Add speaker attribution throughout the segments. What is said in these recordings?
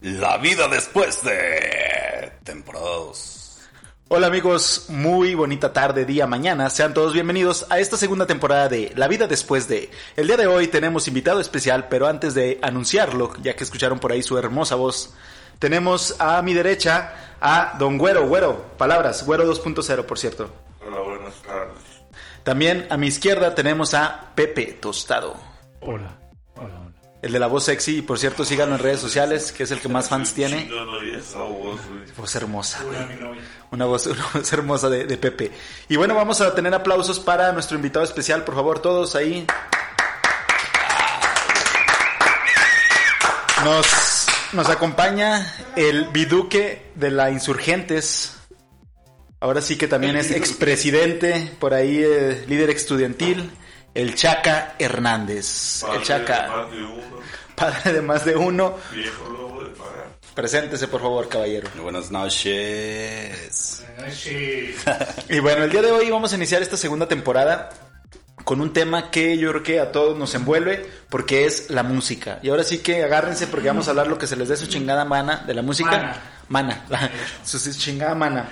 Speaker 1: La vida después de temporada 2.
Speaker 2: Hola amigos, muy bonita tarde, día, mañana. Sean todos bienvenidos a esta segunda temporada de La vida después de. El día de hoy tenemos invitado especial, pero antes de anunciarlo, ya que escucharon por ahí su hermosa voz, tenemos a mi derecha a Don Güero, Güero, palabras, Güero 2.0 por cierto.
Speaker 3: Hola, buenas tardes.
Speaker 2: También a mi izquierda tenemos a Pepe Tostado,
Speaker 4: Hola, hola, hola.
Speaker 2: el de la voz sexy, y por cierto síganlo en redes sociales, que es el que más fans tiene.
Speaker 3: Chingón, oye, esa voz, güey.
Speaker 2: Voz hermosa. Una voz, una voz hermosa de, de Pepe. Y bueno, vamos a tener aplausos para nuestro invitado especial, por favor, todos ahí. Nos, nos acompaña el biduque de la Insurgentes. Ahora sí que también es expresidente, por ahí eh, líder estudiantil, el Chaca Hernández.
Speaker 3: Padre
Speaker 2: El
Speaker 3: de
Speaker 2: Chaca,
Speaker 3: Más de uno,
Speaker 2: padre de más de uno.
Speaker 3: viejo lobo de pagar.
Speaker 2: Preséntese, por favor, caballero.
Speaker 1: Buenas noches.
Speaker 2: Y bueno, el día de hoy vamos a iniciar esta segunda temporada con un tema que yo creo que a todos nos envuelve porque es la música. Y ahora sí que agárrense porque vamos a hablar lo que se les dé su chingada mana de la música. Mana. la- su, su chingada mana.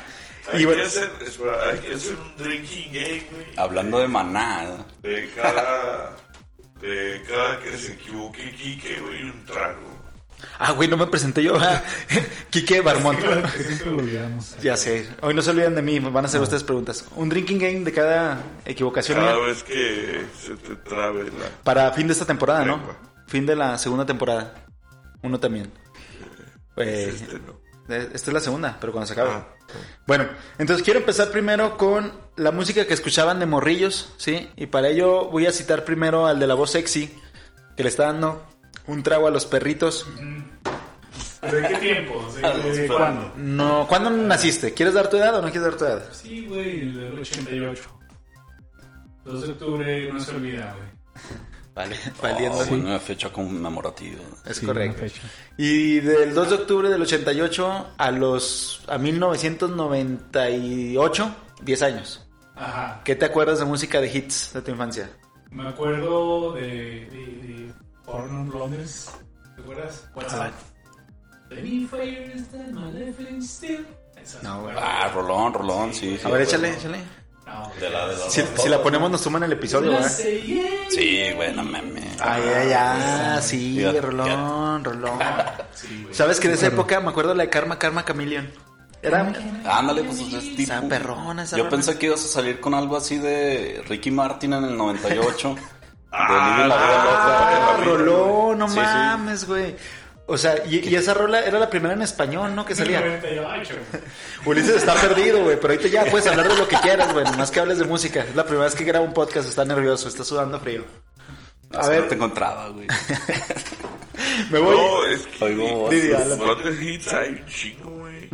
Speaker 3: Hay,
Speaker 2: Y bueno, Ah.
Speaker 3: que hacer, espera, hay que hacer un drinking game, güey.
Speaker 1: Hablando de maná.
Speaker 3: De cada, de cada que se equivoque Quique, güey, un trago.
Speaker 2: ah, güey, no me presenté yo. ah. Quique Barmont.
Speaker 4: Siempre lo olvidamos.
Speaker 2: Ya sé. Hoy no se olviden de mí, van a hacer ustedes preguntas. Un drinking game de cada equivocación
Speaker 3: Cada
Speaker 2: mía
Speaker 3: vez que se te trabe la...
Speaker 2: para fin de esta temporada, ¿no?
Speaker 3: Lengua.
Speaker 2: Fin de la segunda temporada. Uno también. Eh,
Speaker 3: Este, no.
Speaker 2: Eh, Esta es la segunda, pero cuando se acabe.
Speaker 3: Ah.
Speaker 2: Bueno, entonces quiero empezar primero con la música que escuchaban de morrillos, ¿sí? Y para ello voy a citar primero al de la voz sexy, que le está dando un trago a los perritos.
Speaker 4: ¿De qué tiempo? ¿De
Speaker 1: Espera.
Speaker 4: cuándo?
Speaker 2: No, ¿Cuándo naciste? ¿Quieres dar tu edad o no quieres dar tu edad?
Speaker 4: Sí, güey, el del 88. 2 de octubre no se olvida, güey.
Speaker 2: Vale, valiendo.
Speaker 1: Oh, Una fecha conmemorativa.
Speaker 2: Es
Speaker 4: Sí,
Speaker 2: correcto.
Speaker 4: una fecha.
Speaker 2: Y del 2 de octubre del 88 a los a 1998, 10 años.
Speaker 4: Ajá.
Speaker 2: ¿Qué te acuerdas de música de hits de tu infancia?
Speaker 4: Me acuerdo de, de, de Porno en Londres. ¿Te acuerdas? What's
Speaker 2: Ah.
Speaker 4: up? The new fire is the malevolent steel. Esa
Speaker 2: No,
Speaker 4: me
Speaker 2: güey.
Speaker 4: acuerdo.
Speaker 1: Ah, rolón, rolón, sí. sí,
Speaker 2: A ver,
Speaker 1: bueno.
Speaker 2: échale, échale.
Speaker 4: No, güey.
Speaker 1: De la, de la-
Speaker 2: Si, si la ponemos nos suman el episodio, ¿verdad?
Speaker 4: Say yeah.
Speaker 1: Sí, güey, no mames.
Speaker 2: Ay, ay, ay, sí,
Speaker 1: Ya, ya.
Speaker 2: Rolón, Rolón.
Speaker 4: Sí, güey.
Speaker 2: ¿Sabes que de esa época me acuerdo la de Karma, Karma Chameleon? Era...
Speaker 1: Ándale, pues es tipo.
Speaker 2: Esa perrona, esa
Speaker 1: Yo
Speaker 2: perrona.
Speaker 1: pensé que ibas a salir con algo así de Ricky Martin en el 98. de
Speaker 3: Ah,
Speaker 1: Living la vida
Speaker 2: Ah,
Speaker 1: loca.
Speaker 2: Rolón, no
Speaker 1: Sí, sí.
Speaker 2: mames, güey. O sea, y, y esa rola era la primera en español, ¿no? Que salía.
Speaker 4: 98.
Speaker 2: Ulises está perdido, güey, pero ahorita ya puedes hablar de lo que quieras, güey, más que hables de música. Es la primera vez que grabo un podcast, está nervioso, está sudando frío. A
Speaker 1: Así no
Speaker 2: ver,
Speaker 1: te encontraba, güey.
Speaker 2: me voy.
Speaker 3: No, es que
Speaker 1: Oigo voz.
Speaker 2: Didi,
Speaker 3: los
Speaker 2: habla.
Speaker 3: Wonder Hits hay un chingo, güey.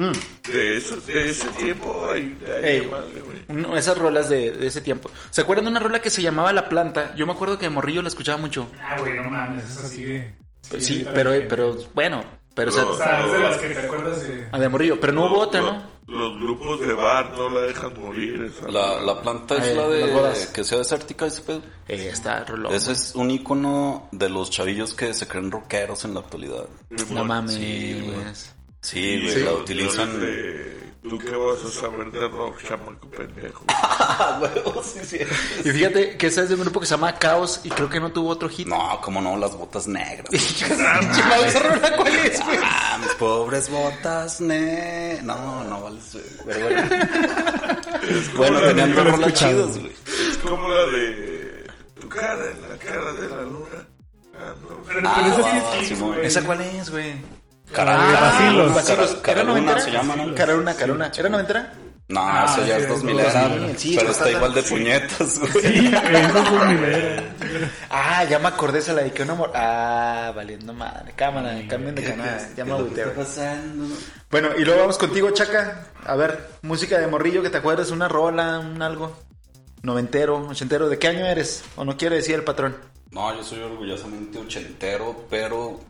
Speaker 3: De, esos- de ese tiempo hay, hay
Speaker 2: Mm. Ey.
Speaker 3: de madre, güey.
Speaker 2: No, esas rolas de, de ese tiempo. ¿Se acuerdan de una rola que se llamaba La Planta? Yo me acuerdo que de Morrillo la escuchaba mucho.
Speaker 4: Ah, güey, no mames, es así de.
Speaker 2: Pues sí,
Speaker 4: ahorita
Speaker 2: pero,
Speaker 4: la gente-
Speaker 2: pero bueno, pero o sea,
Speaker 3: No.
Speaker 4: O sea, es de las que te acuerdas de.
Speaker 2: a de Morrillo. Pero no hubo
Speaker 3: Los-
Speaker 2: otra,
Speaker 3: los-
Speaker 2: ¿no?
Speaker 3: Los grupos de bar no la dejan morir. Esa
Speaker 1: La, la planta
Speaker 2: Ay,
Speaker 1: es la
Speaker 2: las bodas.
Speaker 1: de que sea desértica ese pedo.
Speaker 2: Eh, está rolón.
Speaker 1: Ese es un icono de los chavillos que se creen rockeros en la actualidad.
Speaker 2: No mames.
Speaker 1: Sí, güey. Sí,
Speaker 3: Y
Speaker 1: güey,
Speaker 3: los-
Speaker 1: la
Speaker 3: los
Speaker 1: utilizan.
Speaker 3: de, ¿Tú qué vas a saber de rock, chamaco pendejo?
Speaker 1: Ah, huevo, sí, sí.
Speaker 2: y fíjate que esa es de un grupo que se llama Caos y creo que no tuvo otro hit.
Speaker 1: No, cómo no, las botas negras.
Speaker 2: Chingado, ¿esa rola cuál es, güey?
Speaker 1: Ah, mis pobres botas, ne. No, no vales, güey. Pero bueno. bueno, tenían dos rolas chidas, güey.
Speaker 3: Es como la de tu cara en la cara de la luna. Ah, no.
Speaker 4: Pero
Speaker 1: Ah,
Speaker 4: pero
Speaker 1: ah,
Speaker 4: sí es
Speaker 1: Simón.
Speaker 4: güey.
Speaker 2: ¿Esa cuál es, güey?
Speaker 1: Caraluna.
Speaker 4: Vacilos.
Speaker 2: Vacilos. Ah, ¿Era
Speaker 1: Caraluna
Speaker 2: noventera?
Speaker 1: se llama, ¿no?
Speaker 2: Caraluna, Caraluna. ¿Era noventera?
Speaker 1: No,
Speaker 4: Ah,
Speaker 1: eso ya
Speaker 4: sí,
Speaker 1: es
Speaker 4: es
Speaker 1: 2000
Speaker 4: dos
Speaker 1: era,
Speaker 4: mil.
Speaker 1: güey.
Speaker 2: Sí,
Speaker 1: pero
Speaker 2: está
Speaker 1: está igual de
Speaker 2: tan-
Speaker 1: puñetas, güey.
Speaker 4: Sí, güey, no fue mi idea.
Speaker 2: Ah, ya me acordé, se la dediqué a un amor. Ah, valiendo madre. Cámara, cambien de canal. Ya me agüiteo.
Speaker 1: pasando?
Speaker 2: Bueno, y luego vamos contigo, Chaca. A ver, música de morrillo que te acuerdes, una rola, un algo. Noventero, ochentero, ¿de qué año eres? O no quiere decir el patrón.
Speaker 1: No, yo soy orgullosamente ochentero, pero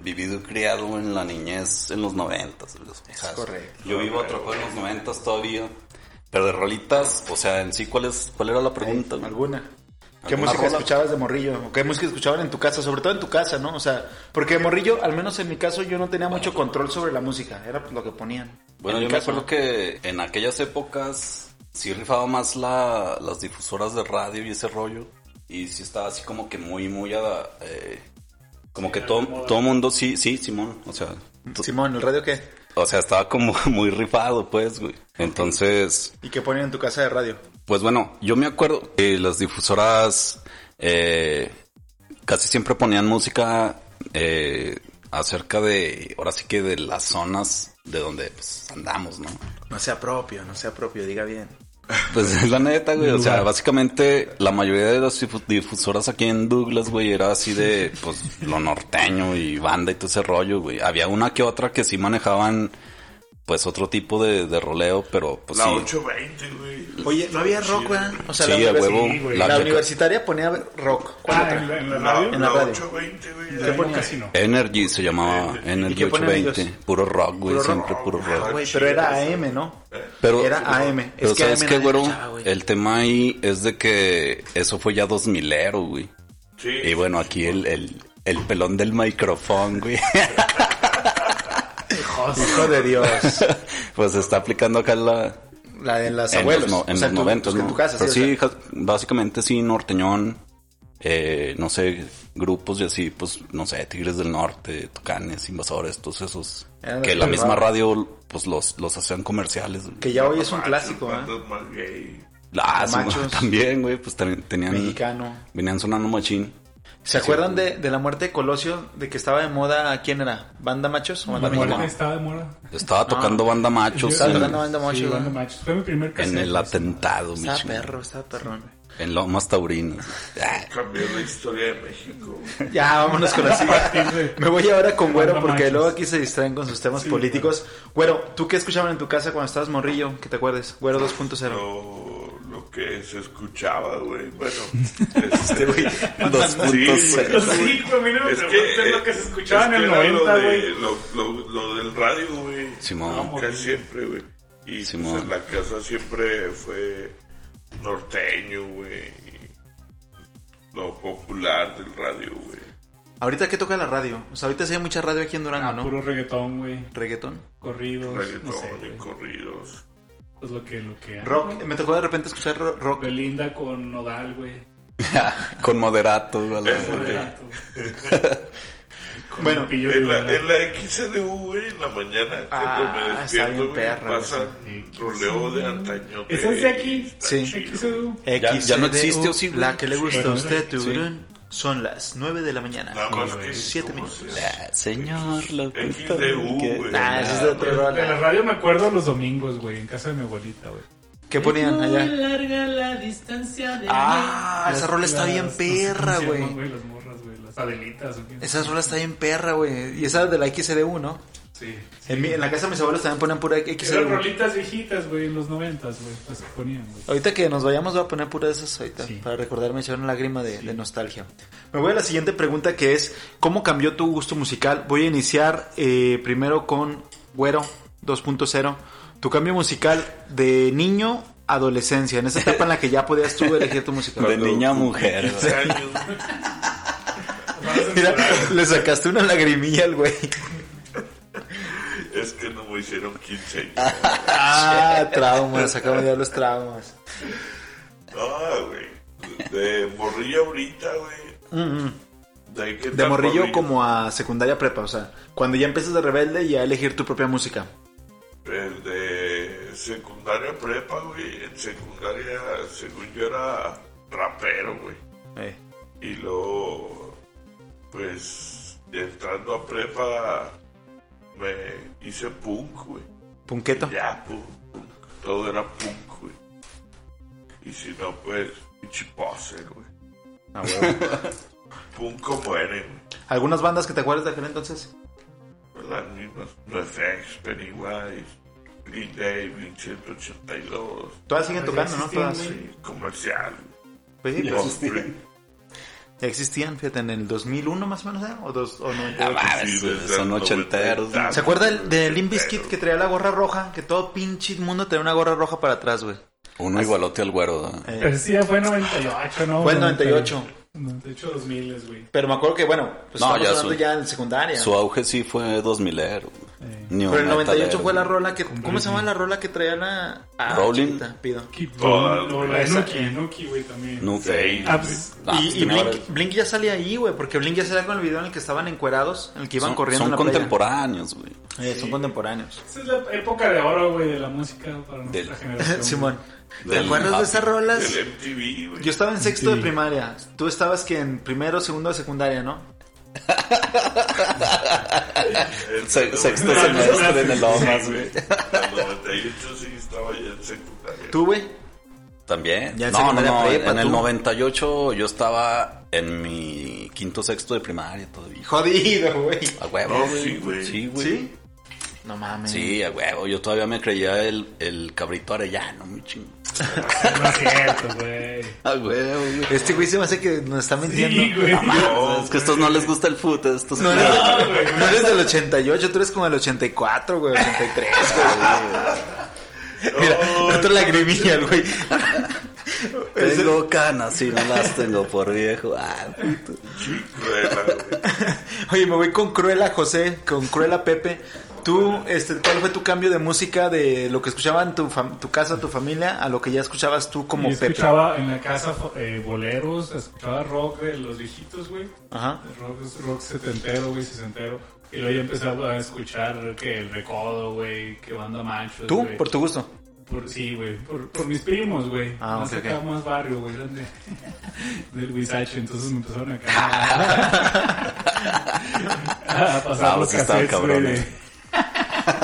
Speaker 1: vivido y criado en la niñez en los noventas. güey, o sea,
Speaker 2: Es correcto.
Speaker 1: Yo vivo atrapado en los noventas todavía. Pero de rolitas, o sea, en sí, ¿cuál, es, cuál era la pregunta? güey?
Speaker 2: ¿Alguna? ¿Qué
Speaker 1: ¿Alguna
Speaker 2: música
Speaker 1: rola?
Speaker 2: escuchabas de morrillo? ¿O qué música escuchaban en tu casa? Sobre todo en tu casa, ¿no? O sea, porque de morrillo, al menos en mi caso, yo no tenía mucho control sobre la música. Era pues, lo que ponían.
Speaker 1: Bueno,
Speaker 2: En
Speaker 1: yo
Speaker 2: mi
Speaker 1: me
Speaker 2: caso,
Speaker 1: acuerdo que en aquellas épocas sí rifaba más la, las difusoras de radio y ese rollo. Y sí estaba así como que muy, muy... a- eh, como que todo, todo mundo, sí, sí, Simón. O sea, to-
Speaker 2: Simón, ¿el radio qué?
Speaker 1: o sea, estaba como muy rifado, pues, güey. Entonces,
Speaker 2: ¿Y qué ponían en tu casa de radio?
Speaker 1: pues bueno, yo me acuerdo que las difusoras eh, casi siempre ponían música eh, acerca de, ahora sí que de las zonas de donde pues, andamos, ¿no?
Speaker 2: No sea propio, no sea propio, diga bien.
Speaker 1: Pues es la neta, güey. O sea, básicamente la mayoría de las difu- difusoras aquí en Douglas, güey, era así de, pues, lo norteño y banda y todo ese rollo, güey. Había una que otra que sí manejaban, pues, otro tipo de, de roleo, pero, pues,
Speaker 3: La
Speaker 1: sí.
Speaker 3: 820, güey.
Speaker 2: Oye, no había rock, ¿verdad? O sea,
Speaker 1: Sí,
Speaker 2: la,
Speaker 1: a
Speaker 2: univers-
Speaker 1: huevo.
Speaker 4: sí, güey.
Speaker 2: la
Speaker 1: La que-
Speaker 2: universitaria ponía rock. ¿Cuál
Speaker 4: Ah,
Speaker 2: otra?
Speaker 4: en la, en la
Speaker 3: La,
Speaker 4: radio.
Speaker 2: en la
Speaker 3: la
Speaker 2: radio.
Speaker 3: 820, güey.
Speaker 2: ¿Qué
Speaker 3: la-
Speaker 2: ponías?
Speaker 4: Casi no.
Speaker 1: Energy se llamaba Energy
Speaker 2: qué ponían
Speaker 1: 820.
Speaker 2: ellos?
Speaker 1: Puro rock, güey.
Speaker 2: Puro rock.
Speaker 1: Siempre puro
Speaker 2: Ah,
Speaker 1: rock.
Speaker 2: güey, pero era AM, ¿no?
Speaker 1: Pero,
Speaker 2: era AM.
Speaker 1: pero
Speaker 2: es que
Speaker 1: ¿sabes
Speaker 2: AM
Speaker 1: qué,
Speaker 2: nadie
Speaker 1: güero?
Speaker 2: escuchaba, güey.
Speaker 1: El tema ahí es de que eso fue ya 2000 ero, güey.
Speaker 3: Sí.
Speaker 1: Y bueno, aquí el, el, el pelón del micrófono, güey.
Speaker 2: Hijo de Dios.
Speaker 1: pues está aplicando acá la,
Speaker 2: La de las
Speaker 1: en
Speaker 2: abuelos.
Speaker 1: los, no- en
Speaker 2: o
Speaker 1: los
Speaker 2: sea, en
Speaker 1: 90,
Speaker 2: tu- en tu casa,
Speaker 1: Pero
Speaker 2: sí, o
Speaker 1: sí,
Speaker 2: sea.
Speaker 1: ja- básicamente sí, norteñón, eh, no sé, grupos y así, pues, no sé, Tigres del Norte, Tucanes, Invasores, todos esos.
Speaker 2: Eran los
Speaker 1: que la
Speaker 2: que
Speaker 1: misma
Speaker 2: llevaban.
Speaker 1: radio, pues, los, los hacían comerciales.
Speaker 2: Que ya hoy es un
Speaker 3: Macho,
Speaker 2: clásico, ¿eh?
Speaker 3: patas más gay.
Speaker 1: Ah, sí,
Speaker 2: Machos.
Speaker 1: también, güey, pues también tenían...
Speaker 2: Mexicano.
Speaker 1: Venían sonando machín.
Speaker 2: ¿Se acuerdan de, de la muerte de Colosio? De que estaba de moda, ¿quién era? ¿Banda Machos o Banda
Speaker 4: La muerte
Speaker 2: Mexicana?
Speaker 4: estaba de moda.
Speaker 1: Estaba tocando banda machos
Speaker 2: Estaba
Speaker 1: en,
Speaker 2: tocando banda machos,
Speaker 4: Sí,
Speaker 2: ¿no?
Speaker 4: banda machos. Fue mi primer
Speaker 1: en
Speaker 4: cassette.
Speaker 1: el atentado,
Speaker 2: Estaba
Speaker 1: machín.
Speaker 2: Ah, perro, estaba perrón.
Speaker 1: En Lomas Taurinas. Ah,
Speaker 3: Cambió la historia de México. güey.
Speaker 2: Ya, vámonos con la siguiente. Me voy ahora con Güero
Speaker 4: Banda
Speaker 2: porque
Speaker 4: Machos.
Speaker 2: luego aquí se distraen con sus temas
Speaker 4: Sí,
Speaker 2: políticos. Güero, ¿tú qué escuchaban en tu casa cuando estabas morrillo? Que te acuerdes. Güero 2.0.
Speaker 3: Lo, lo que se escuchaba, güey. Bueno, este, güey.
Speaker 1: dos puntos.
Speaker 3: güey.
Speaker 4: Sí, güey, a mí no me
Speaker 3: Es
Speaker 4: preguntes
Speaker 3: que
Speaker 4: pues,
Speaker 3: eh,
Speaker 4: lo que se escuchaba en
Speaker 3: es que
Speaker 4: el
Speaker 3: era
Speaker 4: 90,
Speaker 3: lo, de-
Speaker 4: güey.
Speaker 3: lo, lo- lo del radio, güey.
Speaker 1: Simón.
Speaker 3: No, Casi siempre, güey. Y pues,
Speaker 1: Simón.
Speaker 3: en la casa siempre fue norteño, güey. y Lo popular del radio, güey.
Speaker 2: Ahorita, ¿qué toca la radio? O sea, ahorita sí hay mucha radio aquí en Durango, ¿no?
Speaker 4: Ah, Puro reggaetón, güey.
Speaker 2: Reggaetón.
Speaker 4: Corridos.
Speaker 3: Reggaetón
Speaker 4: Pues, no sé,
Speaker 3: y
Speaker 4: güey.
Speaker 3: corridos.
Speaker 4: Pues lo que, lo que.
Speaker 2: Rock. Me tocó de repente escuchar ro- rock.
Speaker 4: Belinda con Nodal, güey.
Speaker 1: Con moderato. güey, a la verga.
Speaker 4: Moderato. Con
Speaker 2: Bueno,
Speaker 4: un pillo de
Speaker 3: En la,
Speaker 4: Nodal.
Speaker 3: en la XLU, güey, en la mañana,
Speaker 2: Ah,
Speaker 3: cuando me
Speaker 2: está
Speaker 3: despierto,
Speaker 2: bien
Speaker 3: güey,
Speaker 2: perra, güey.
Speaker 3: pasa un troleo de antaño.
Speaker 4: ¿Esa es de aquí?
Speaker 2: Sí.
Speaker 4: XU.
Speaker 1: Ya- ya no
Speaker 2: XCDU,
Speaker 1: existe, ¿o sí, güey?
Speaker 2: La que le gusta a usted,
Speaker 4: Sí.
Speaker 2: tiburón. Son las 9 de la mañana.
Speaker 3: Nada
Speaker 2: con
Speaker 3: más que.
Speaker 2: 7
Speaker 3: ¿cómo
Speaker 2: minutos.
Speaker 3: se llama?
Speaker 1: Ah, Señor, lo que
Speaker 3: XDU, güey.
Speaker 2: Ah, ese es de otro
Speaker 4: De la
Speaker 2: rola.
Speaker 4: radio me acuerdo los domingos, güey, en casa de mi abuelita, güey.
Speaker 2: ¿Qué ponían allá?
Speaker 4: larga la distancia de
Speaker 2: Ah,
Speaker 4: Las-
Speaker 2: esa rola está
Speaker 4: las-
Speaker 2: bien
Speaker 4: no sé cómo
Speaker 2: perra,
Speaker 4: se llaman,
Speaker 2: güey.
Speaker 4: Las morras, güey, las adelitas. ¿o qué?
Speaker 2: Esa rola está bien perra, güey. Y esa de la XCDU, ¿no?
Speaker 4: Sí.
Speaker 2: En, mi- en la casa de mis abuelos también ponen pura
Speaker 4: Eran
Speaker 2: XCDU.
Speaker 4: rolitas viejitas, güey, en los noventas, güey, las que ponían, güey.
Speaker 2: Ahorita que nos vayamos voy a poner pura de esas ahorita
Speaker 4: Sí.
Speaker 2: para recordarme echar una lágrima de, de nostalgia. Me voy a la siguiente pregunta que es ¿Cómo cambió tu gusto musical? Voy a iniciar eh, primero con Güero 2.0. Tu cambio musical de niño a adolescencia, en esa etapa en la que ya podías tú elegir tu música.
Speaker 1: De niña a mujer. Ah, güey.
Speaker 3: 15 años, güey.
Speaker 2: Mira, le sacaste una lagrimilla al güey.
Speaker 3: Es que no me hicieron 15 años.
Speaker 2: Ah, traumas, acabo de dar los traumas.
Speaker 3: No, güey. De morrillo ahorita, güey. ¿De, qué
Speaker 2: Mm-hmm. De
Speaker 3: tan
Speaker 2: morrillo como a secundaria prepa, o sea, cuando ya empiezas de rebelde y a elegir tu propia música.
Speaker 3: El de secundaria prepa, güey. En secundaria, según yo, era rapero, güey.
Speaker 2: Eh,
Speaker 3: Y luego, pues, entrando a prepa, me hice punk, güey.
Speaker 2: punqueto.
Speaker 3: Ya, punk, punk. Todo era punk, güey. Y si no, pues, pinche poser, güey.
Speaker 2: Ah, huevo.
Speaker 3: Punk como eres, güey.
Speaker 2: ¿Algunas bandas que te acuerdas de aquel entonces?
Speaker 3: Las mismas, NoFX, Pennywise, Green Day, 182,
Speaker 2: Todas siguen
Speaker 4: Pues,
Speaker 2: tocando, ¿no? Todas.
Speaker 3: sí, comercial,
Speaker 2: Pues sí,
Speaker 1: Ya
Speaker 2: pues,
Speaker 3: Coldplay.
Speaker 2: ya existían, fíjate, en el 2001 más o menos, ¿eh? O, dos, o
Speaker 1: Ah,
Speaker 2: 98.
Speaker 1: va,
Speaker 3: Sí,
Speaker 1: son-
Speaker 3: desde
Speaker 1: Son
Speaker 3: el
Speaker 1: ochenteros. güey.
Speaker 3: 90.
Speaker 2: ¿Se acuerda del, del Limp Bizkit que traía la gorra roja? Que todo pinche mundo traía una gorra roja para atrás, güey.
Speaker 1: Uno igualote al güero. ¿no?
Speaker 2: Eh,
Speaker 4: Pero sí, fue 98, Pues, ¿no?
Speaker 2: Fue en 98.
Speaker 4: 98, 2000, güey.
Speaker 2: pero me acuerdo que, bueno, pues
Speaker 1: No,
Speaker 2: estamos
Speaker 1: ya
Speaker 2: hablando
Speaker 1: su-
Speaker 2: ya en secundaria.
Speaker 1: Su auge sí fue 2000 ero.
Speaker 3: Eh.
Speaker 1: Ni
Speaker 2: Pero el
Speaker 1: un
Speaker 2: 98
Speaker 1: metalero,
Speaker 2: fue la
Speaker 1: güey.
Speaker 2: rola que. ¿Cómo se llama la rola que traía la. Ah,
Speaker 1: Rolling.
Speaker 2: chiquita, pido.
Speaker 4: Keep
Speaker 3: Toda
Speaker 4: Going, no,
Speaker 3: la
Speaker 4: la de
Speaker 3: esa.
Speaker 4: Nuki, Nuki, güey, también.
Speaker 1: No sé.
Speaker 4: Ah, pues,
Speaker 1: Ah,
Speaker 2: y y
Speaker 1: tiene
Speaker 2: Blink,
Speaker 1: varios.
Speaker 2: Blink ya salía ahí, güey, porque Blink ya salía con el video en el que estaban encuerados, en el que iban
Speaker 1: Son-
Speaker 2: corriendo
Speaker 1: Son
Speaker 2: en la playa.
Speaker 1: contemporáneos, güey.
Speaker 2: Eh, Son contemporáneos.
Speaker 4: Esa es la época de oro, güey, de la música para nuestra
Speaker 1: Del-
Speaker 4: generación.
Speaker 2: Simón, ¿te
Speaker 1: Del-
Speaker 2: acuerdas de esas rolas?
Speaker 3: El MTV, güey.
Speaker 2: Yo estaba en sexto de
Speaker 4: Sí.
Speaker 2: primaria. Tú estabas que en primero, segundo de secundaria, ¿no?
Speaker 3: El-
Speaker 1: Se- Sexto
Speaker 3: el-
Speaker 1: semestre en el Lomas,
Speaker 3: Sí,
Speaker 1: güey.
Speaker 3: güey. Al 98 sí estaba ya en secundaria.
Speaker 2: Tú, güey.
Speaker 1: También.
Speaker 2: Ya en
Speaker 1: no, no,
Speaker 2: secundaria
Speaker 1: no.
Speaker 2: prepa,
Speaker 1: en el
Speaker 2: tú.
Speaker 1: 98 yo estaba en mi quinto sexto de primaria todavía.
Speaker 2: Jodido, güey.
Speaker 1: A huevo,
Speaker 3: No,
Speaker 1: güey.
Speaker 3: sí, güey.
Speaker 1: Sí, güey.
Speaker 2: ¿Sí? No mames.
Speaker 1: Sí, a huevo. Yo todavía me creía el, el cabrito arellano, muy chingo.
Speaker 4: No es cierto, güey.
Speaker 1: A huevo, güey.
Speaker 2: Este güey se me hace que nos está mintiendo.
Speaker 4: Sí, güey.
Speaker 1: es que a estos no les gusta el fútbol, a estos
Speaker 2: No, no, no eres del 88, tú eres como del 84, güey, 83, güey. Mira, otra lagrimilla, güey.
Speaker 1: tengo canas y no las tengo por viejo. Ah, puto.
Speaker 3: Sí, cruela, güey.
Speaker 2: Oye, me voy con Cruela José, con Cruela Pepe. Tú, este, ¿cuál fue tu cambio de música de lo que escuchaban tu, fam- tu casa, tu familia, a lo que ya escuchabas tú como
Speaker 4: Yo
Speaker 2: Pepe?
Speaker 4: escuchaba en la casa eh, boleros, escuchaba rock de los viejitos, güey.
Speaker 2: Ajá.
Speaker 4: Rock, rock setentero, güey, sesentero. Y luego ya empecé a escuchar que el recodo, güey, que banda machos.
Speaker 2: ¿Tú?
Speaker 4: güey.
Speaker 2: Por tu gusto.
Speaker 4: Por- sí, güey, por, por mis primos, güey.
Speaker 2: Ah,
Speaker 4: más
Speaker 2: ok,
Speaker 4: acá,
Speaker 2: ok.
Speaker 4: más barrio, güey, eran de- del Huizache, entonces me empezaron acá a, a pasar
Speaker 1: Ah,
Speaker 4: los
Speaker 1: pues estaban
Speaker 4: cassettes, güey.
Speaker 1: cabrones.
Speaker 4: de-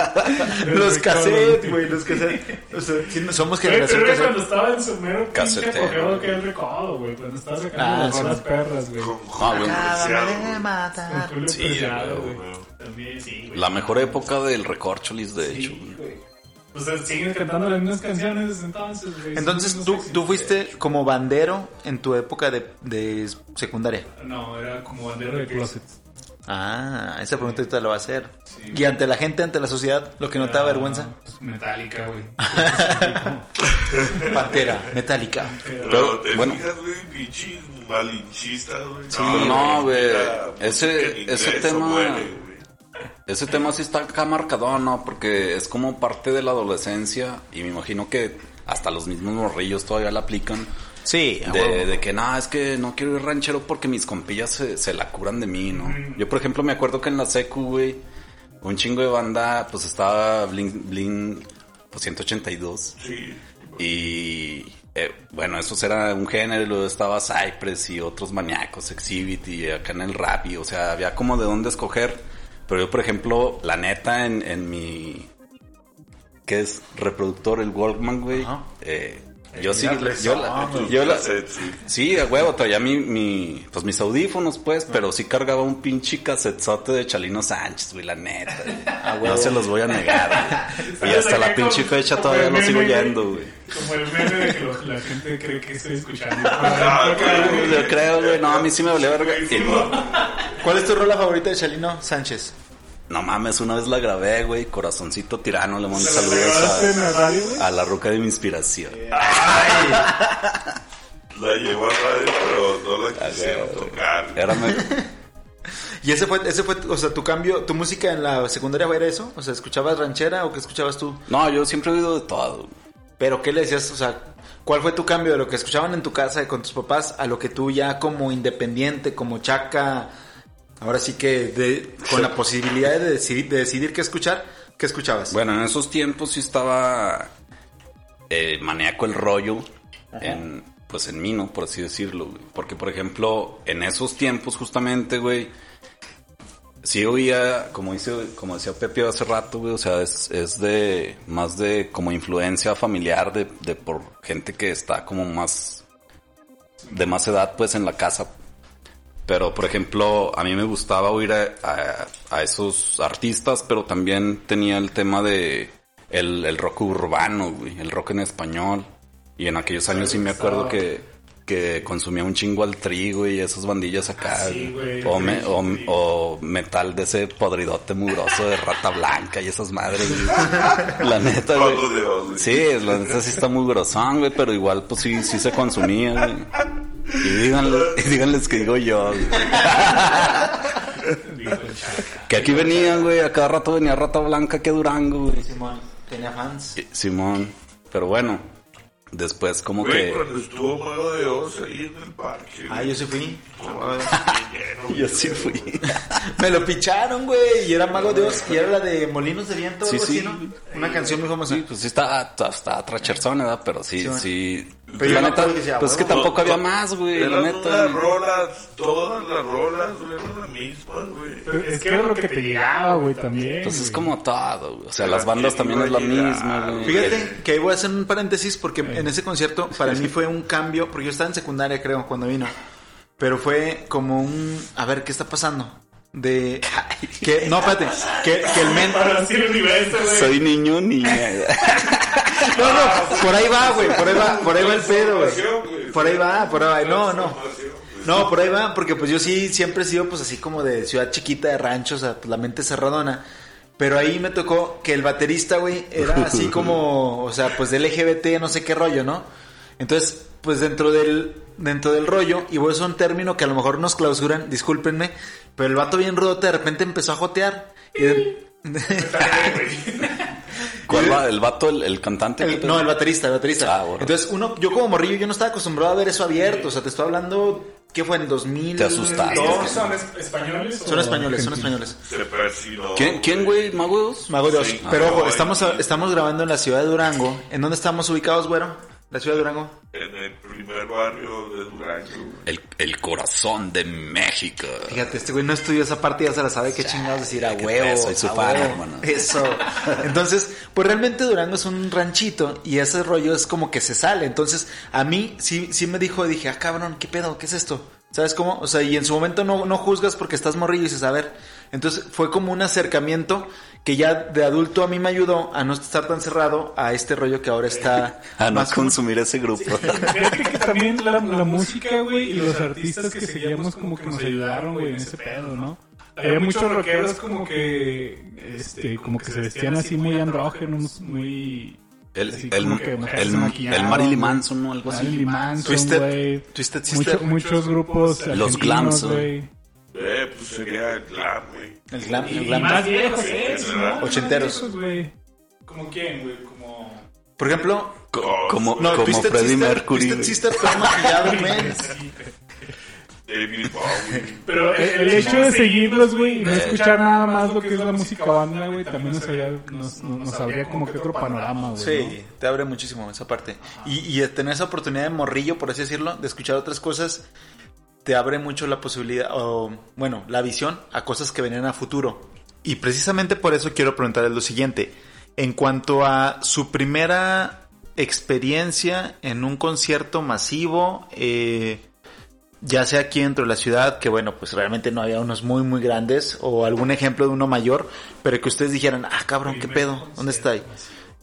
Speaker 4: de
Speaker 2: Los
Speaker 4: recuerdos,
Speaker 2: cassettes, güey, los cassettes. O sea, sí, no somos
Speaker 4: Güey,
Speaker 2: generación
Speaker 4: pero era cuando
Speaker 2: cassette.
Speaker 4: estaba en su mero pinche
Speaker 1: Casetero.
Speaker 4: apogeo que el recodo, güey, cuando estaba sacando
Speaker 2: Ah,
Speaker 4: las
Speaker 2: sí.
Speaker 4: horas perras, güey.
Speaker 3: Con
Speaker 1: Ah, güey.
Speaker 2: Acábame de
Speaker 3: Preciado,
Speaker 2: matar.
Speaker 4: Julio
Speaker 1: Sí,
Speaker 4: Preciado,
Speaker 1: güey,
Speaker 4: güey. También, sí, güey.
Speaker 1: La mejor época del recorcholis, de hecho.
Speaker 4: Sí, güey. O sea, Pues, eh, siguen cantando las mismas canciones desde entonces, güey.
Speaker 2: Entonces,
Speaker 4: Son
Speaker 2: tú,
Speaker 4: unos
Speaker 2: tú
Speaker 4: éxitos.
Speaker 2: fuiste como bandero en tu época de, de secundaria.
Speaker 4: No, era como bandero de closet.
Speaker 2: Ah, esa pregunta ahorita la va a hacer.
Speaker 4: Sí.
Speaker 2: Y ante la gente, ante la sociedad, lo que no te da
Speaker 4: Era,
Speaker 2: vergüenza.
Speaker 4: pues, metálica, güey.
Speaker 2: Pantera, metálica.
Speaker 1: Pero,
Speaker 3: Pero, ¿te
Speaker 1: bueno.
Speaker 3: fijas, güey? Pinches malinchistas, güey.
Speaker 1: no, güey.
Speaker 3: La música
Speaker 1: Ese-
Speaker 3: en
Speaker 1: ese
Speaker 3: inglés
Speaker 1: tema-
Speaker 3: huele, güey.
Speaker 1: Ese tema sí está acá marcado, ¿no? Porque es como parte de la adolescencia y me imagino que hasta los mismos morrillos todavía la aplican.
Speaker 2: Sí, a
Speaker 1: De,
Speaker 2: huevo.
Speaker 1: de que nada, es que no quiero ir ranchero porque mis compillas se, se la curan de mí, ¿no? Yo, por ejemplo, me acuerdo que en la secu, güey, un chingo de banda, pues estaba Blink, Blink pues, 182.
Speaker 3: Sí.
Speaker 1: Y eh, bueno, eso era un género, y luego estaba Cypress y otros maníacos, Exhibit y acá en el rap, y, o sea, había como de dónde escoger. Pero yo, por ejemplo, la neta, en, en mi. que es reproductor, el Walkman, güey.
Speaker 2: Ajá.
Speaker 1: eh, yo sí.
Speaker 2: mira,
Speaker 1: Yo,
Speaker 2: ah,
Speaker 1: la,
Speaker 3: tus
Speaker 1: yo la-
Speaker 3: cassettes, sí.
Speaker 1: Sí, a huevo, traía mi, mi, pues mis audífonos, pues, pero sí cargaba un pinche casetzote de Chalino Sánchez, güey, la neta. güey. No se los voy a negar, güey. Y hasta la pinche fecha todavía lo sigo yendo, güey.
Speaker 4: Como el meme de que lo- la gente cree que estoy escuchando. Pues,
Speaker 3: Ah, güey.
Speaker 1: Yo creo, güey, no, a mí sí me valió verga. Y no,
Speaker 2: ¿Cuál es tu rola favorita de Chalino Sánchez?
Speaker 1: no mames, una vez la grabé, güey, corazoncito tirano, le mando
Speaker 4: ¿Se lo grabaste en la
Speaker 1: saludos
Speaker 4: radio, güey?
Speaker 1: a, a la roca de mi inspiración.
Speaker 3: La llevó a radio, pero no la quisieron tocar.
Speaker 1: Era me-
Speaker 2: ¿Y ese fue, ese fue, o sea, tu cambio, tu música en la secundaria era eso? O sea, ¿escuchabas ranchera o qué escuchabas tú?
Speaker 1: No, yo siempre he oído de todo.
Speaker 2: Pero ¿qué le decías? O sea, ¿cuál fue tu cambio de lo que escuchaban en tu casa y con tus papás a lo que tú ya como independiente, como chaca, ahora sí que de- con la posibilidad de decidir, de decidir qué escuchar, qué escuchabas?
Speaker 1: Bueno, en esos tiempos sí estaba eh, maníaco el rollo en, pues en mí, ¿no? Por así decirlo, güey. Porque, por ejemplo, en esos tiempos justamente, güey, sí oía, como dice, como decía Pepe hace rato, güey, o sea, es, es de, más de como influencia familiar de, de por gente que está como más, de más edad, pues, en la casa. Pero, por ejemplo, a mí me gustaba oír a, a- a esos artistas, pero también tenía el tema de el, el rock urbano, güey, el rock en español. Y en aquellos años sí me acuerdo que, que consumía un chingo al trigo y esas bandillas acá.
Speaker 4: Ah, sí, güey,
Speaker 1: o, me-
Speaker 4: sí,
Speaker 1: o-
Speaker 4: sí.
Speaker 1: o metal de ese podridote mugroso de rata blanca y esas madres. güey. La neta, güey.
Speaker 3: Pablo de Oz, güey.
Speaker 1: Sí, la neta sí está muy grosón, güey, pero igual pues sí, sí se consumía, güey. Y díganle- y díganles que digo yo, güey.
Speaker 4: Dijo el Chaca.
Speaker 1: Que aquí venían, güey, a cada rato venía rata blanca que Durango, güey.
Speaker 2: Simón, tenía fans.
Speaker 1: Eh, Simón. Pero bueno, después como
Speaker 3: Güey,
Speaker 1: que...
Speaker 3: cuando estuvo Mago de Oz ahí en el parque.
Speaker 2: Ah, yo sí fui.
Speaker 1: Yo sí fui.
Speaker 2: Me lo picharon, güey. Y era Mago de Oz. Y era la de Molinos de Viento.
Speaker 1: Sí,
Speaker 2: algo
Speaker 1: sí.
Speaker 2: Así, ¿no? Una canción muy famosa.
Speaker 1: Sí, pues sí está, está, está tracherzona, ¿verdad? Pero sí,
Speaker 2: Sí,
Speaker 1: sí.
Speaker 2: bueno.
Speaker 1: Pero
Speaker 2: yo
Speaker 1: la
Speaker 2: me
Speaker 1: neta,
Speaker 2: acuerdo que decía,
Speaker 1: pues es que
Speaker 2: bueno,
Speaker 1: tampoco había más, güey, la
Speaker 3: Eran
Speaker 1: neta.
Speaker 3: unas rolas, todas las rolas güey, eran las mismas, güey.
Speaker 4: Pero Es que era lo que te llegaba, güey, también.
Speaker 1: Pues es
Speaker 4: güey.
Speaker 1: como todo, güey. O sea,
Speaker 3: Pero
Speaker 1: las bandas
Speaker 3: aquí
Speaker 1: también
Speaker 3: iba
Speaker 1: es la
Speaker 3: a llegar,
Speaker 1: misma, güey.
Speaker 2: Fíjate que ahí voy a hacer un paréntesis porque en ese concierto para mí fue un cambio, porque yo estaba en secundaria creo cuando vino, pero fue como un, a ver, ¿qué está pasando? De... Que, no, espérate, que, que el men...
Speaker 4: Para así el universo, güey.
Speaker 1: Soy niño, niña.
Speaker 2: No, no, por ahí va, güey, por ahí va, por ahí va el pedo, güey. Por ahí va, por ahí va, no, no. No, por ahí va, porque pues yo sí siempre he sido pues así como de ciudad chiquita, de rancho, o sea, pues, la mente cerradona. Pero ahí me tocó que el baterista, güey, era así como, o sea, pues del LGBT, no sé qué rollo, ¿no? Entonces, pues dentro del, dentro del rollo, y voy a usar un término que a lo mejor nos clausuran, discúlpenme, pero el vato bien rudote de repente empezó a jotear. Y de-
Speaker 1: ¿Cuál va? ¿El vato, el, el cantante?
Speaker 2: El- no, el baterista, el baterista.
Speaker 1: Ah, bueno.
Speaker 2: Entonces, uno, yo como morrillo, yo no estaba acostumbrado a ver eso abierto. O sea, te estoy hablando, ¿qué fue? En 2000.
Speaker 1: Te asustaste.
Speaker 4: ¿Ellos que son es- españoles?
Speaker 2: Son
Speaker 4: o
Speaker 2: españoles, son
Speaker 4: argentinos?
Speaker 2: españoles.
Speaker 3: Se persinó.
Speaker 1: ¿Quién, quién, güey? ¿Mago de Oz?
Speaker 2: Mago de Oz.
Speaker 3: Sí.
Speaker 2: Pero ojo,
Speaker 3: Ay.
Speaker 2: estamos, estamos grabando en la ciudad de Durango. ¿En dónde estamos ubicados, güero? La ciudad de Durango.
Speaker 3: En el primer barrio de Durango, güey.
Speaker 1: El, el corazón de México.
Speaker 2: Fíjate, este güey no estudió esa parte, ya se la sabe qué chingados decir a
Speaker 1: qué
Speaker 2: huevo.
Speaker 1: peso, soy su
Speaker 2: a
Speaker 1: pana,
Speaker 2: huevo.
Speaker 1: hermano.
Speaker 2: Eso. Entonces, pues realmente Durango es un ranchito y ese rollo es como que se sale. Entonces, a mí sí, sí me dijo, dije, ah, cabrón, ¿qué pedo? ¿Qué es esto? ¿Sabes cómo? O sea, y en su momento no, no juzgas porque estás morrillo y dices, a ver. Entonces, fue como un acercamiento que ya de adulto a mí me ayudó a no estar tan cerrado a este rollo que ahora está
Speaker 1: A Ah, no
Speaker 2: más común.
Speaker 1: consumir ese grupo.
Speaker 4: Fíjate que también la, la música, güey, y los artistas que seguíamos como que nos ayudaron, güey, en ese pedo, ¿no? Había muchos rockeros como que, este, como que se vestían así muy andrógenos, muy...
Speaker 1: El,
Speaker 4: así
Speaker 1: el,
Speaker 4: como que
Speaker 1: el,
Speaker 4: mujeres
Speaker 1: el,
Speaker 4: se maquillaban,
Speaker 1: Marilyn Manson o algo así.
Speaker 4: Marilyn Manson,
Speaker 2: Twisted-
Speaker 4: güey.
Speaker 2: Twisted Sister.
Speaker 4: Mucho- muchos grupos
Speaker 1: Los
Speaker 4: argentinos,
Speaker 1: Clams, ¿no?
Speaker 4: güey.
Speaker 3: Eh, pues sería el clan, güey.
Speaker 2: El glam, el
Speaker 4: Y
Speaker 2: glam.
Speaker 4: más viejos, ¿eh?
Speaker 3: Sí,
Speaker 4: Sí,
Speaker 3: ¿verdad?
Speaker 4: ¿no?
Speaker 2: Ochenteros.
Speaker 4: Más viejos, güey. ¿Como quién, güey? Como...
Speaker 2: Por ejemplo,
Speaker 1: Co- como
Speaker 2: no,
Speaker 1: como
Speaker 2: Twisted
Speaker 1: Freddie
Speaker 2: Sister,
Speaker 1: Mercury.
Speaker 2: Twisted
Speaker 1: güey.
Speaker 2: Sister fue maquillado, men.
Speaker 4: Sí.
Speaker 3: David Bowie.
Speaker 4: Pero el, el hecho de seguirlos, güey, y no escuchar nada más lo que es la música banda, güey, también nos, habría, nos, nos, nos abría como que otro panorama, güey.
Speaker 2: Sí, te abre muchísimo esa parte. Y, y de tener esa oportunidad de morrillo, por así decirlo, de escuchar otras cosas, te abre mucho la posibilidad, o bueno, la visión a cosas que venían a futuro. Y precisamente por eso quiero preguntarles lo siguiente. En cuanto a su primera experiencia en un concierto masivo, eh, ya sea aquí dentro de la ciudad, que bueno, pues realmente no había unos muy, muy grandes, o algún ejemplo de uno mayor, pero que ustedes dijeran, ah, cabrón, ¿qué pedo? ¿Dónde está ahí?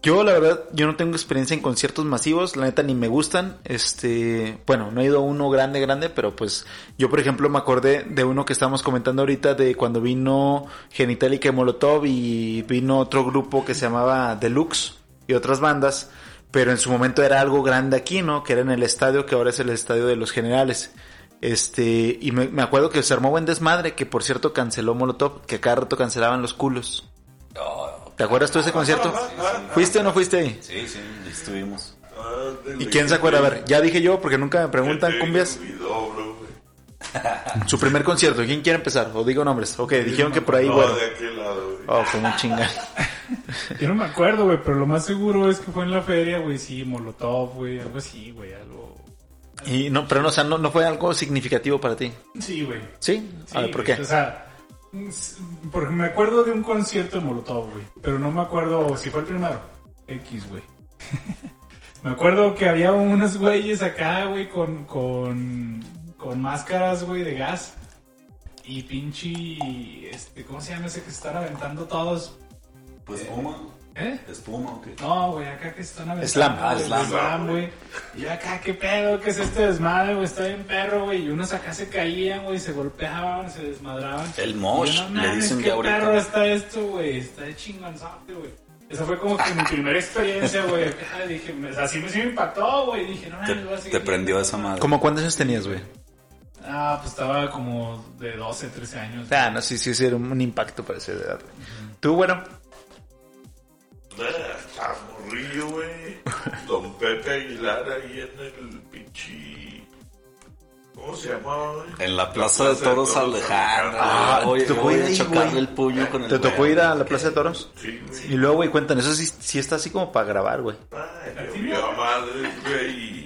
Speaker 2: Yo, la verdad, yo no tengo experiencia en conciertos masivos, la neta ni me gustan. Este, bueno, no he ido a uno grande, grande, pero pues yo, por ejemplo, me acordé de uno que estábamos comentando ahorita de cuando vino Genitalica y Molotov y vino otro grupo que se llamaba Deluxe y otras bandas, pero en su momento era algo grande aquí, ¿no? Que era en el estadio que ahora es el estadio de los generales. Este, y me, me acuerdo que se armó buen desmadre, que por cierto canceló Molotov, que a cada rato cancelaban los culos. ¿Te acuerdas tú de ese concierto? ¿Fuiste o no fuiste ahí?
Speaker 1: Oh, Sí, sí, ahí estuvimos.
Speaker 2: ¿Y quién se acuerda? A ver, ya dije yo porque nunca me preguntan cumbias.
Speaker 3: No,
Speaker 2: Su primer concierto, ¿quién quiere empezar? O digo nombres. Ok, dijeron que por ahí, bueno.
Speaker 3: de aquel lado, güey.
Speaker 2: Oh, fue un chingal.
Speaker 4: Yo no me acuerdo, güey, pero lo más seguro es que fue en la feria, güey, sí, Molotov, güey, algo así, güey, algo...
Speaker 2: Y no, pero no, o sea, no, no fue algo significativo para ti.
Speaker 4: Sí, güey.
Speaker 2: ¿Sí?
Speaker 4: Sí,
Speaker 2: A ver, ¿por
Speaker 4: güey,
Speaker 2: qué?
Speaker 4: O sea, s- porque me acuerdo de un concierto de Molotov, güey, pero no me acuerdo si fue el primero. X, güey. me acuerdo que había unos güeyes acá, güey, con, con, con máscaras, güey, de gas. Y pinche, este, ¿cómo se llama ese que se están aventando todos?
Speaker 1: Pues, ¿cómo?
Speaker 4: ¿Eh?
Speaker 1: ¿Espuma o qué?
Speaker 4: No, güey, acá que están aventando.
Speaker 5: Slam.
Speaker 1: Ah,
Speaker 4: güey,
Speaker 1: slam.
Speaker 4: Slam, güey. Y yo acá, ¿qué pedo? ¿Qué es este desmadre, güey? Está bien perro, güey. Y unos acá se caían, güey, se golpeaban, se desmadraban.
Speaker 1: El mosh,
Speaker 4: Y yo,
Speaker 1: le
Speaker 4: mames,
Speaker 1: dicen
Speaker 4: ¿qué
Speaker 1: ya ahorita.
Speaker 4: perro está esto, güey? Está de chingonzote, güey. Esa fue como que mi primera experiencia, güey. Acá dije, me- así me, sí me impactó, güey. Dije, no,
Speaker 1: Te,
Speaker 4: mames, voy a seguir
Speaker 1: te prendió
Speaker 4: viendo.
Speaker 1: esa madre.
Speaker 2: ¿Cómo cuántos años tenías, güey?
Speaker 4: Ah, pues estaba como de 12, 13 años.
Speaker 2: Ah, no, sí, sí, sí, era un impacto para esa edad. güey. Tú, bueno,
Speaker 3: Ah, Está morrillo, güey. Don Pepe Aguilar ahí en el pinche. ¿Cómo se llamaba, güey?
Speaker 1: En la plaza de toros Alejandra.
Speaker 2: Ah,
Speaker 1: güey,
Speaker 2: te
Speaker 1: yo
Speaker 2: voy
Speaker 1: voy
Speaker 2: ahí,
Speaker 1: a chocarle
Speaker 2: güey.
Speaker 1: el puño con el
Speaker 2: ¿te tocó
Speaker 1: güey.
Speaker 2: ir a la Plaza de Toros?
Speaker 3: Sí, güey.
Speaker 2: Y luego, güey, cuentan, eso sí, sí está así como para grabar, güey.
Speaker 3: Ay, llovió Ah, a madre, güey. Y,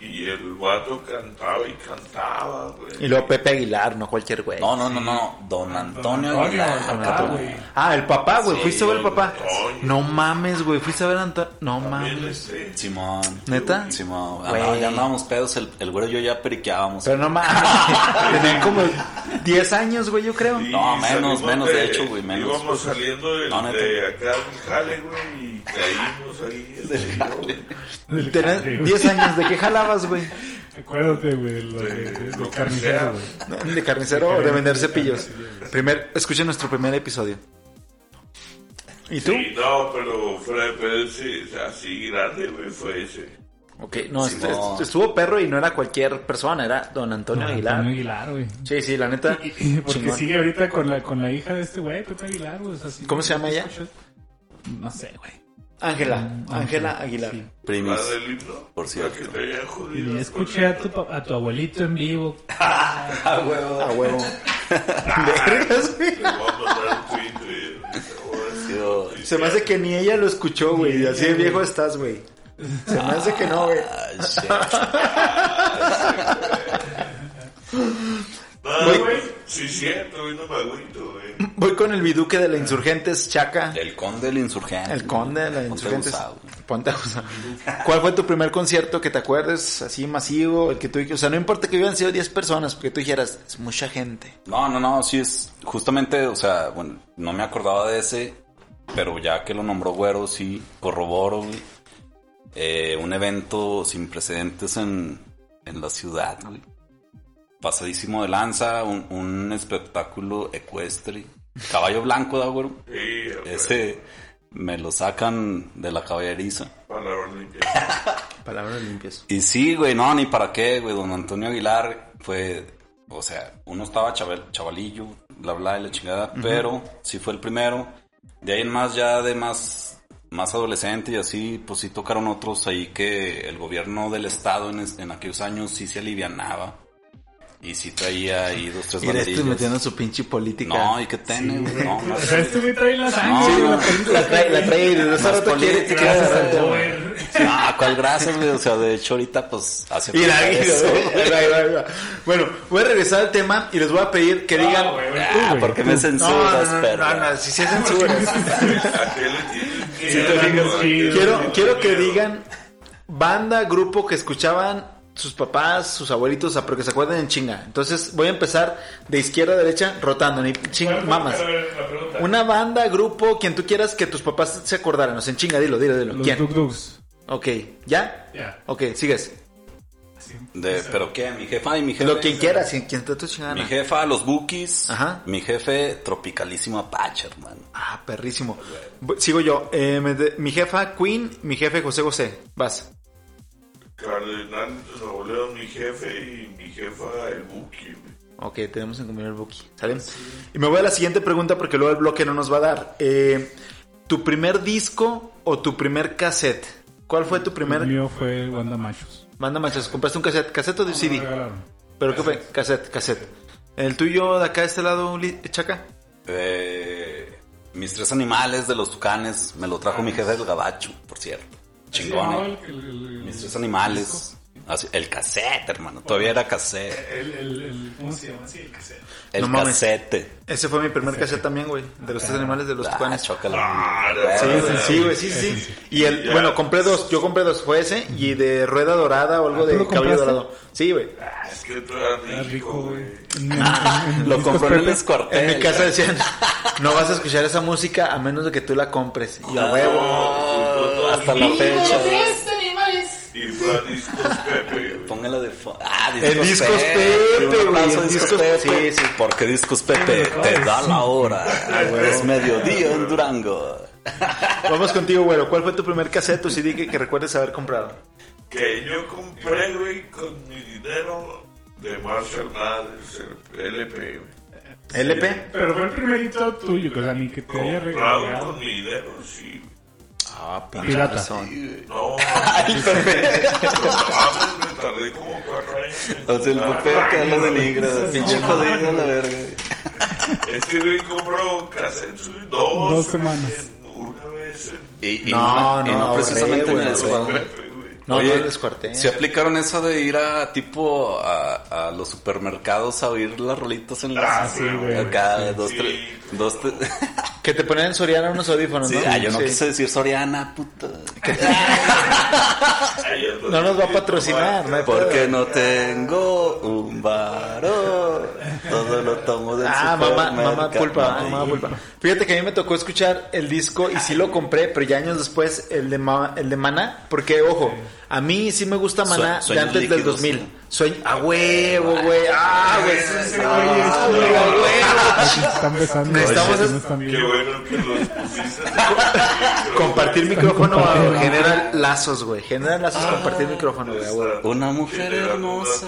Speaker 3: y el vato cantaba y cantaba, güey.
Speaker 2: Y luego Pepe Aguilar, no cualquier güey.
Speaker 1: No, no, no, no. Don Antonio Aguilar.
Speaker 4: Don
Speaker 1: cabrón.
Speaker 4: Antonio, güey.
Speaker 2: Ah, el papá, güey,
Speaker 1: Sí,
Speaker 2: fuiste a ver el papá.
Speaker 3: güey.
Speaker 2: No mames, güey, fuiste a ver a Antonio. No
Speaker 3: Él,
Speaker 2: mames.
Speaker 3: este,
Speaker 1: Simón.
Speaker 2: ¿Neta?
Speaker 1: Simón. Ah,
Speaker 2: Güey.
Speaker 1: no, ya andábamos pedos. El, el güero y yo ya periqueábamos.
Speaker 2: Pero no mames. Tenían como 10 años, güey, yo creo.
Speaker 3: y
Speaker 1: No, menos,
Speaker 3: salimos
Speaker 1: menos, de hecho, güey, menos.
Speaker 3: Íbamos saliendo del-
Speaker 1: No, neta.
Speaker 3: de acá del jale, güey, y caímos ahí. este,
Speaker 4: Del
Speaker 2: Tenías
Speaker 4: carne, güey.
Speaker 2: 10 años, ¿de qué jalabas, güey?
Speaker 4: Acuérdate, güey,
Speaker 3: lo
Speaker 4: lo de, del
Speaker 3: que sea.
Speaker 4: carnicero, güey.
Speaker 2: De carnicero o de vender cepillos. Primer, escuchen nuestro primer episodio. ¿Y tú?
Speaker 3: Sí, no, pero fuera de pedo, sí, así grande, güey, fue ese.
Speaker 2: Ok, no,
Speaker 1: Sí,
Speaker 2: est-
Speaker 1: no.
Speaker 2: est- estuvo perro y no era cualquier persona, era don Antonio Aguilar.
Speaker 4: Antonio Aguilar, güey.
Speaker 2: Sí, sí, la neta.
Speaker 4: Porque
Speaker 2: chingón.
Speaker 4: sigue ahorita con la, con la hija de este güey, Pepe Aguilar, güey. o sea, sí.
Speaker 2: ¿Cómo se llama ella?
Speaker 4: No sé, güey.
Speaker 2: Ángela, Ángela Aguilar.
Speaker 4: Sí.
Speaker 1: Primis.
Speaker 3: La del himno.
Speaker 1: Pues, Por cierto.
Speaker 3: La que te había jodido.
Speaker 4: Y escuché a tu, pa- a tu abuelito en vivo.
Speaker 1: Ah, huevo.
Speaker 2: A huevo. Vergas, güey.
Speaker 3: Te voy a mandar un tweet, güey. Te voy a decir.
Speaker 1: Yo-
Speaker 2: Se me hace que ni ella lo escuchó, güey. Así de viejo estás, güey. Se me hace que no, güey.
Speaker 1: Ay, Ah, shit.
Speaker 3: No,
Speaker 2: Güey.
Speaker 3: güey, sí, cierto, güey, no me agüito, güey.
Speaker 2: Voy con el biduque de la Insurgentes, Chaca.
Speaker 1: El conde del insurgente.
Speaker 2: El conde de la
Speaker 1: Ponte
Speaker 2: Insurgentes.
Speaker 1: abusado, güey.
Speaker 2: Ponte a usar. ¿Cuál fue tu primer concierto que te acuerdes así masivo? El que tú O sea, no importa que hubieran sido 10 personas, porque tú dijeras, es mucha gente.
Speaker 1: No, no, no, sí es justamente, o sea, bueno, no me acordaba de ese, pero ya que lo nombró Güero, sí, corroboro, güey. Eh, un evento sin precedentes en, en la ciudad, güey. Pasadísimo de lanza, un, un espectáculo ecuestre. Caballo blanco, da, güero.
Speaker 3: Sí, güey,
Speaker 1: Ese me lo sacan de la caballeriza.
Speaker 3: palabra limpia.
Speaker 2: Palabras limpias.
Speaker 1: Y sí, güey, no, ni para qué, güey. Don Antonio Aguilar fue, o sea, uno estaba chaval, chavalillo, bla, bla, y la chingada, pero sí fue el primero. De ahí en más, ya de más, más adolescente y así, pues sí tocaron otros ahí que el gobierno del estado en, es- en aquellos años sí se alivianaba. Y sí traía ahí dos, tres
Speaker 2: Y le estoy metiendo
Speaker 1: banderillas.
Speaker 2: su pinche política.
Speaker 1: No, y qué tiene, güey. No,
Speaker 4: O
Speaker 1: no
Speaker 4: sea,
Speaker 1: sé.
Speaker 4: este güey trae la
Speaker 1: No,
Speaker 4: sangre.
Speaker 2: Sí,
Speaker 4: güey.
Speaker 2: la, la trae, la trae y de esa
Speaker 1: Más
Speaker 2: rato quiere,
Speaker 1: política,
Speaker 2: quiere agarrarte,
Speaker 1: güey.
Speaker 2: güey.
Speaker 4: Joder.
Speaker 1: Ah, cuál gracias, güey. O sea, de hecho ahorita pues hace
Speaker 2: Y la
Speaker 1: falta eso, güey.
Speaker 2: Ahí va, ahí va, ahí va. Bueno, voy a regresar al tema y les voy a pedir que digan.
Speaker 4: Ah, güey, güey, tú,
Speaker 1: Ah,
Speaker 4: güey.
Speaker 1: ¿por qué me
Speaker 2: No, no,
Speaker 1: censuras,
Speaker 2: no,
Speaker 1: perro?
Speaker 2: no, no, si se censuras.
Speaker 3: ¿A qué le tienes que
Speaker 4: Sí, te
Speaker 3: dar,
Speaker 4: digas,
Speaker 3: güey?
Speaker 4: sí,
Speaker 3: ¿Qué le
Speaker 2: quiero,
Speaker 3: tienes
Speaker 2: quiero que
Speaker 3: miedo?
Speaker 2: digan banda, grupo que escuchaban sus papás, sus abuelitos, o sea, pero que se acuerden en chinga. Entonces voy a empezar de izquierda a derecha rotando, ni chinga,
Speaker 4: Bueno,
Speaker 2: mamas.
Speaker 4: a ver, la pregunta.
Speaker 2: Una banda, grupo, quien tú quieras que tus papás se acordaran, o sea, en chinga, dilo, dilo, dilo.
Speaker 4: Los
Speaker 2: ¿Quién?
Speaker 4: Duk Duks.
Speaker 2: Ok, ¿ya?
Speaker 4: Ya.
Speaker 2: Ok, sigues.
Speaker 4: así.
Speaker 1: De, ¿Pero qué? ¿Mi jefa y mi jefe?
Speaker 2: Lo quien quieras, quien, quien te tu chingada.
Speaker 1: Mi jefa, los bookies.
Speaker 2: Ajá.
Speaker 1: Mi jefe, tropicalísimo Apache, hermano.
Speaker 2: Ah, perrísimo. Bu- Sigo yo. Eh, me de- mi jefa Queen, mi jefe José José. Vas.
Speaker 3: Cardenal Robledo, mi jefe, y mi jefa, el Buki, güey.
Speaker 2: Ok, tenemos en común el Buki. ¿Sale? Y me voy a la siguiente pregunta porque luego el bloque no nos va a dar. Eh, ¿Tu primer disco o tu primer cassette? ¿Cuál fue tu
Speaker 4: El
Speaker 2: primer?
Speaker 4: mío fue Wanda Machos.
Speaker 2: Manda machos, ¿compraste un cassette? ¿Cassette o de
Speaker 4: Me
Speaker 2: CD?
Speaker 4: regalaron.
Speaker 2: ¿Pero qué fue? Cassette, cassette. ¿El tuyo de acá, de este lado, Uli- Chaca?
Speaker 1: Eh, mis tres animales de los tucanes me lo trajo mi jefe del gabacho, por cierto. Chingón,
Speaker 4: No,
Speaker 1: ¿eh?
Speaker 4: el- el- el-
Speaker 1: Mis tres animales. Así, el cassette, hermano. Todavía era cassette.
Speaker 4: El, el, el, ¿Cómo se llama? Sí, el cassette.
Speaker 1: El
Speaker 2: No mames.
Speaker 1: cassette.
Speaker 2: Ese fue mi primer cassette también, güey. De los tres animales de los
Speaker 1: Ah,
Speaker 2: tucanes.
Speaker 1: chócala.
Speaker 2: Sí,
Speaker 3: Sí,
Speaker 2: sí, sí, güey, sí, sí. Y el, bueno, compré dos, yo compré dos, fue ese y de rueda dorada o algo
Speaker 4: Ah, ¿tú
Speaker 2: de
Speaker 4: lo
Speaker 2: caballo
Speaker 4: compraste?
Speaker 2: dorado. Sí, güey.
Speaker 3: Es que tú eras
Speaker 4: Era rico, güey.
Speaker 1: Lo compró en el escuartel.
Speaker 2: En mi casa decían, no vas a escuchar esa música a menos de que tú la compres. Y a huevo.
Speaker 1: Ah, Hasta la fecha.
Speaker 3: Y fue a discos Pepe, güey.
Speaker 1: Póngala de fo- Ah,
Speaker 2: En Discos Pepe,
Speaker 1: Un abrazo,
Speaker 2: güey, en
Speaker 1: Discos
Speaker 2: Discos
Speaker 1: Pepe.
Speaker 2: Pepe.
Speaker 1: Porque Discos Pepe te da la hora. es mediodía en Durango.
Speaker 2: Vamos contigo, güey. ¿Cuál fue tu primer cassette o CD que, que recuerdes haber comprado?
Speaker 3: Que yo compré, güey, con mi dinero de Marshall Mathers, el LP, güey.
Speaker 2: ¿LP?
Speaker 4: Pero fue el primerito tuyo, Oh, o sea, ni que te haya
Speaker 3: Comprado con
Speaker 4: regalado.
Speaker 3: mi dinero, sí. güey.
Speaker 2: Ah,
Speaker 4: Pirata.
Speaker 3: No, no, mames, me tardé como cuatro años. en
Speaker 1: O sea, el
Speaker 3: comprar,
Speaker 1: Pepe que lo
Speaker 3: güey.
Speaker 1: denigra. Pinche jodido, la verga.
Speaker 3: Es que Este güey compró cassettes güey, dos,
Speaker 4: Dos semanas.
Speaker 3: en Una vez en
Speaker 1: Y, y
Speaker 2: No,
Speaker 1: no, y
Speaker 2: no,
Speaker 1: no
Speaker 2: ahorré,
Speaker 1: precisamente
Speaker 2: güey,
Speaker 1: en el
Speaker 2: ahorré.
Speaker 1: escuadrón.
Speaker 3: Pepe, güey.
Speaker 2: No,
Speaker 1: Oye,
Speaker 2: no les corté.
Speaker 1: ¿Se aplicaron eso de ir a tipo a, a los supermercados a oír las rolitas en las
Speaker 4: Ah, sí, güey.
Speaker 1: acá dos
Speaker 3: Sí.
Speaker 1: tres dos tres
Speaker 2: Que te ponían en Soriana unos audífonos,
Speaker 1: sí,
Speaker 2: ¿no?
Speaker 1: ah, yo no
Speaker 2: Sí.
Speaker 1: quise decir Soriana puta
Speaker 3: Ahí es
Speaker 2: No nos va a
Speaker 3: donde-
Speaker 2: patrocinar, ¿no? hay
Speaker 1: porque
Speaker 2: pedo.
Speaker 1: no tengo un varón todo lo tomo del
Speaker 2: Ah, mamá, mamá
Speaker 1: supermercado.
Speaker 2: pulpa, mamá pulpa. Fíjate que a mí me tocó escuchar el disco y sí lo compré, pero ya años después el de, Ma- el de Mana, porque ojo, a mí sí me gusta
Speaker 1: Sue-
Speaker 2: Mana de
Speaker 1: sueños
Speaker 2: antes del
Speaker 1: líquidos.
Speaker 2: 2000. Soy a ¡ah, huevo, güey. Ah, güey. Ah, güey, a huevo.
Speaker 4: Están besando.
Speaker 2: Estamos-
Speaker 4: no están bien.
Speaker 3: Qué bueno que los pusiste.
Speaker 2: Compartir micrófono
Speaker 4: compartiendo.
Speaker 2: güey, genera lazos, güey. Genera lazos
Speaker 1: Ah.
Speaker 2: compartir micrófono, güey. a huevo.
Speaker 1: una mujer hermosa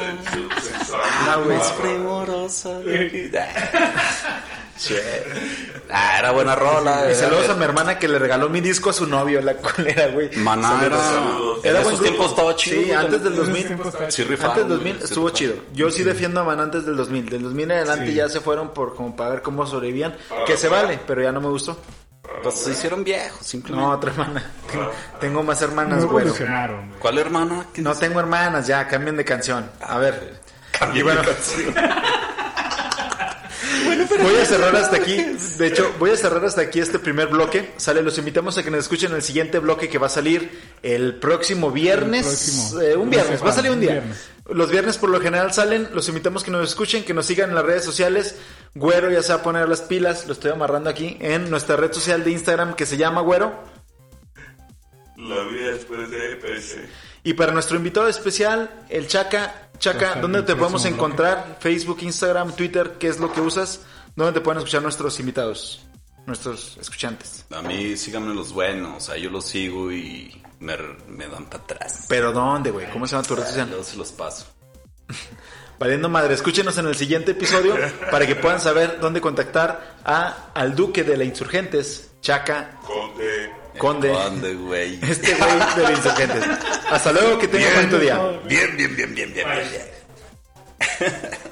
Speaker 2: Ah, güey.
Speaker 1: más primorosa de mi- ah, eh, era buena rola
Speaker 2: Y
Speaker 1: era-
Speaker 2: saludos a mi hermana que le regaló mi disco a su novio, la colera, güey.
Speaker 1: Maná era,
Speaker 3: saludos.
Speaker 1: en
Speaker 2: Era buen
Speaker 1: esos
Speaker 2: grupo.
Speaker 1: tiempos estaba chido.
Speaker 2: Sí,
Speaker 1: güey,
Speaker 2: antes del
Speaker 1: también.
Speaker 2: 2000.
Speaker 1: Sí, rifaron,
Speaker 2: Antes
Speaker 1: güey,
Speaker 2: del 2000
Speaker 1: sí
Speaker 2: estuvo
Speaker 1: rifaron.
Speaker 2: chido. Yo sí defiendo a Man antes del 2000. Del 2000 en adelante
Speaker 4: Sí.
Speaker 2: ya se fueron por como para ver cómo sobrevivían. Que se vale, pero ya no me gustó.
Speaker 1: Pues se hicieron viejos, simplemente.
Speaker 2: No, otra hermana. Tengo- Tengo más hermanas,
Speaker 4: No pues,
Speaker 2: güero.
Speaker 4: evolucionaron, güey.
Speaker 1: ¿Cuál hermana?
Speaker 2: No tengo hermanas, ya, cambien de canción. A ver. Y bueno, voy a cerrar hasta aquí. De hecho, voy a cerrar hasta aquí este primer bloque. Sale, los invitamos a que nos escuchen el siguiente bloque que va a salir el próximo viernes.
Speaker 4: próximo.
Speaker 2: eh, un viernes, va a
Speaker 4: Semana,
Speaker 2: salir un
Speaker 4: un
Speaker 2: día.
Speaker 4: viernes.
Speaker 2: Los viernes por lo general salen, los invitamos que nos escuchen, que nos sigan en las redes sociales. Güero ya se va a poner las pilas, lo estoy amarrando aquí, en nuestra red social de Instagram que se llama Güero.
Speaker 3: La vida después de EPS.
Speaker 2: Y para nuestro invitado especial, el Chaca, Chaca,
Speaker 4: Chaca,
Speaker 2: ¿dónde
Speaker 4: el
Speaker 2: te podemos
Speaker 4: próximo
Speaker 2: encontrar? Facebook, Instagram, Twitter, ¿qué es lo que usas? ¿Dónde te pueden escuchar nuestros invitados? Nuestros escuchantes.
Speaker 1: A mí síganme los buenos, o sea, yo los sigo y me, me dan para atrás.
Speaker 2: Pero ¿dónde, güey? ¿Cómo se llama tu red social?
Speaker 1: Luego se los paso.
Speaker 2: Valiendo madre, escúchenos en el siguiente episodio para que puedan saber dónde contactar a, al duque de la Insurgentes, Chaca,
Speaker 3: Conde.
Speaker 2: Conde,
Speaker 1: ¿Dónde, güey?
Speaker 2: este güey de la Insurgentes. Hasta luego, que tengan
Speaker 1: Bien.
Speaker 2: bonito día.
Speaker 1: Bien, bien, bien, bien, bien, bien. bien.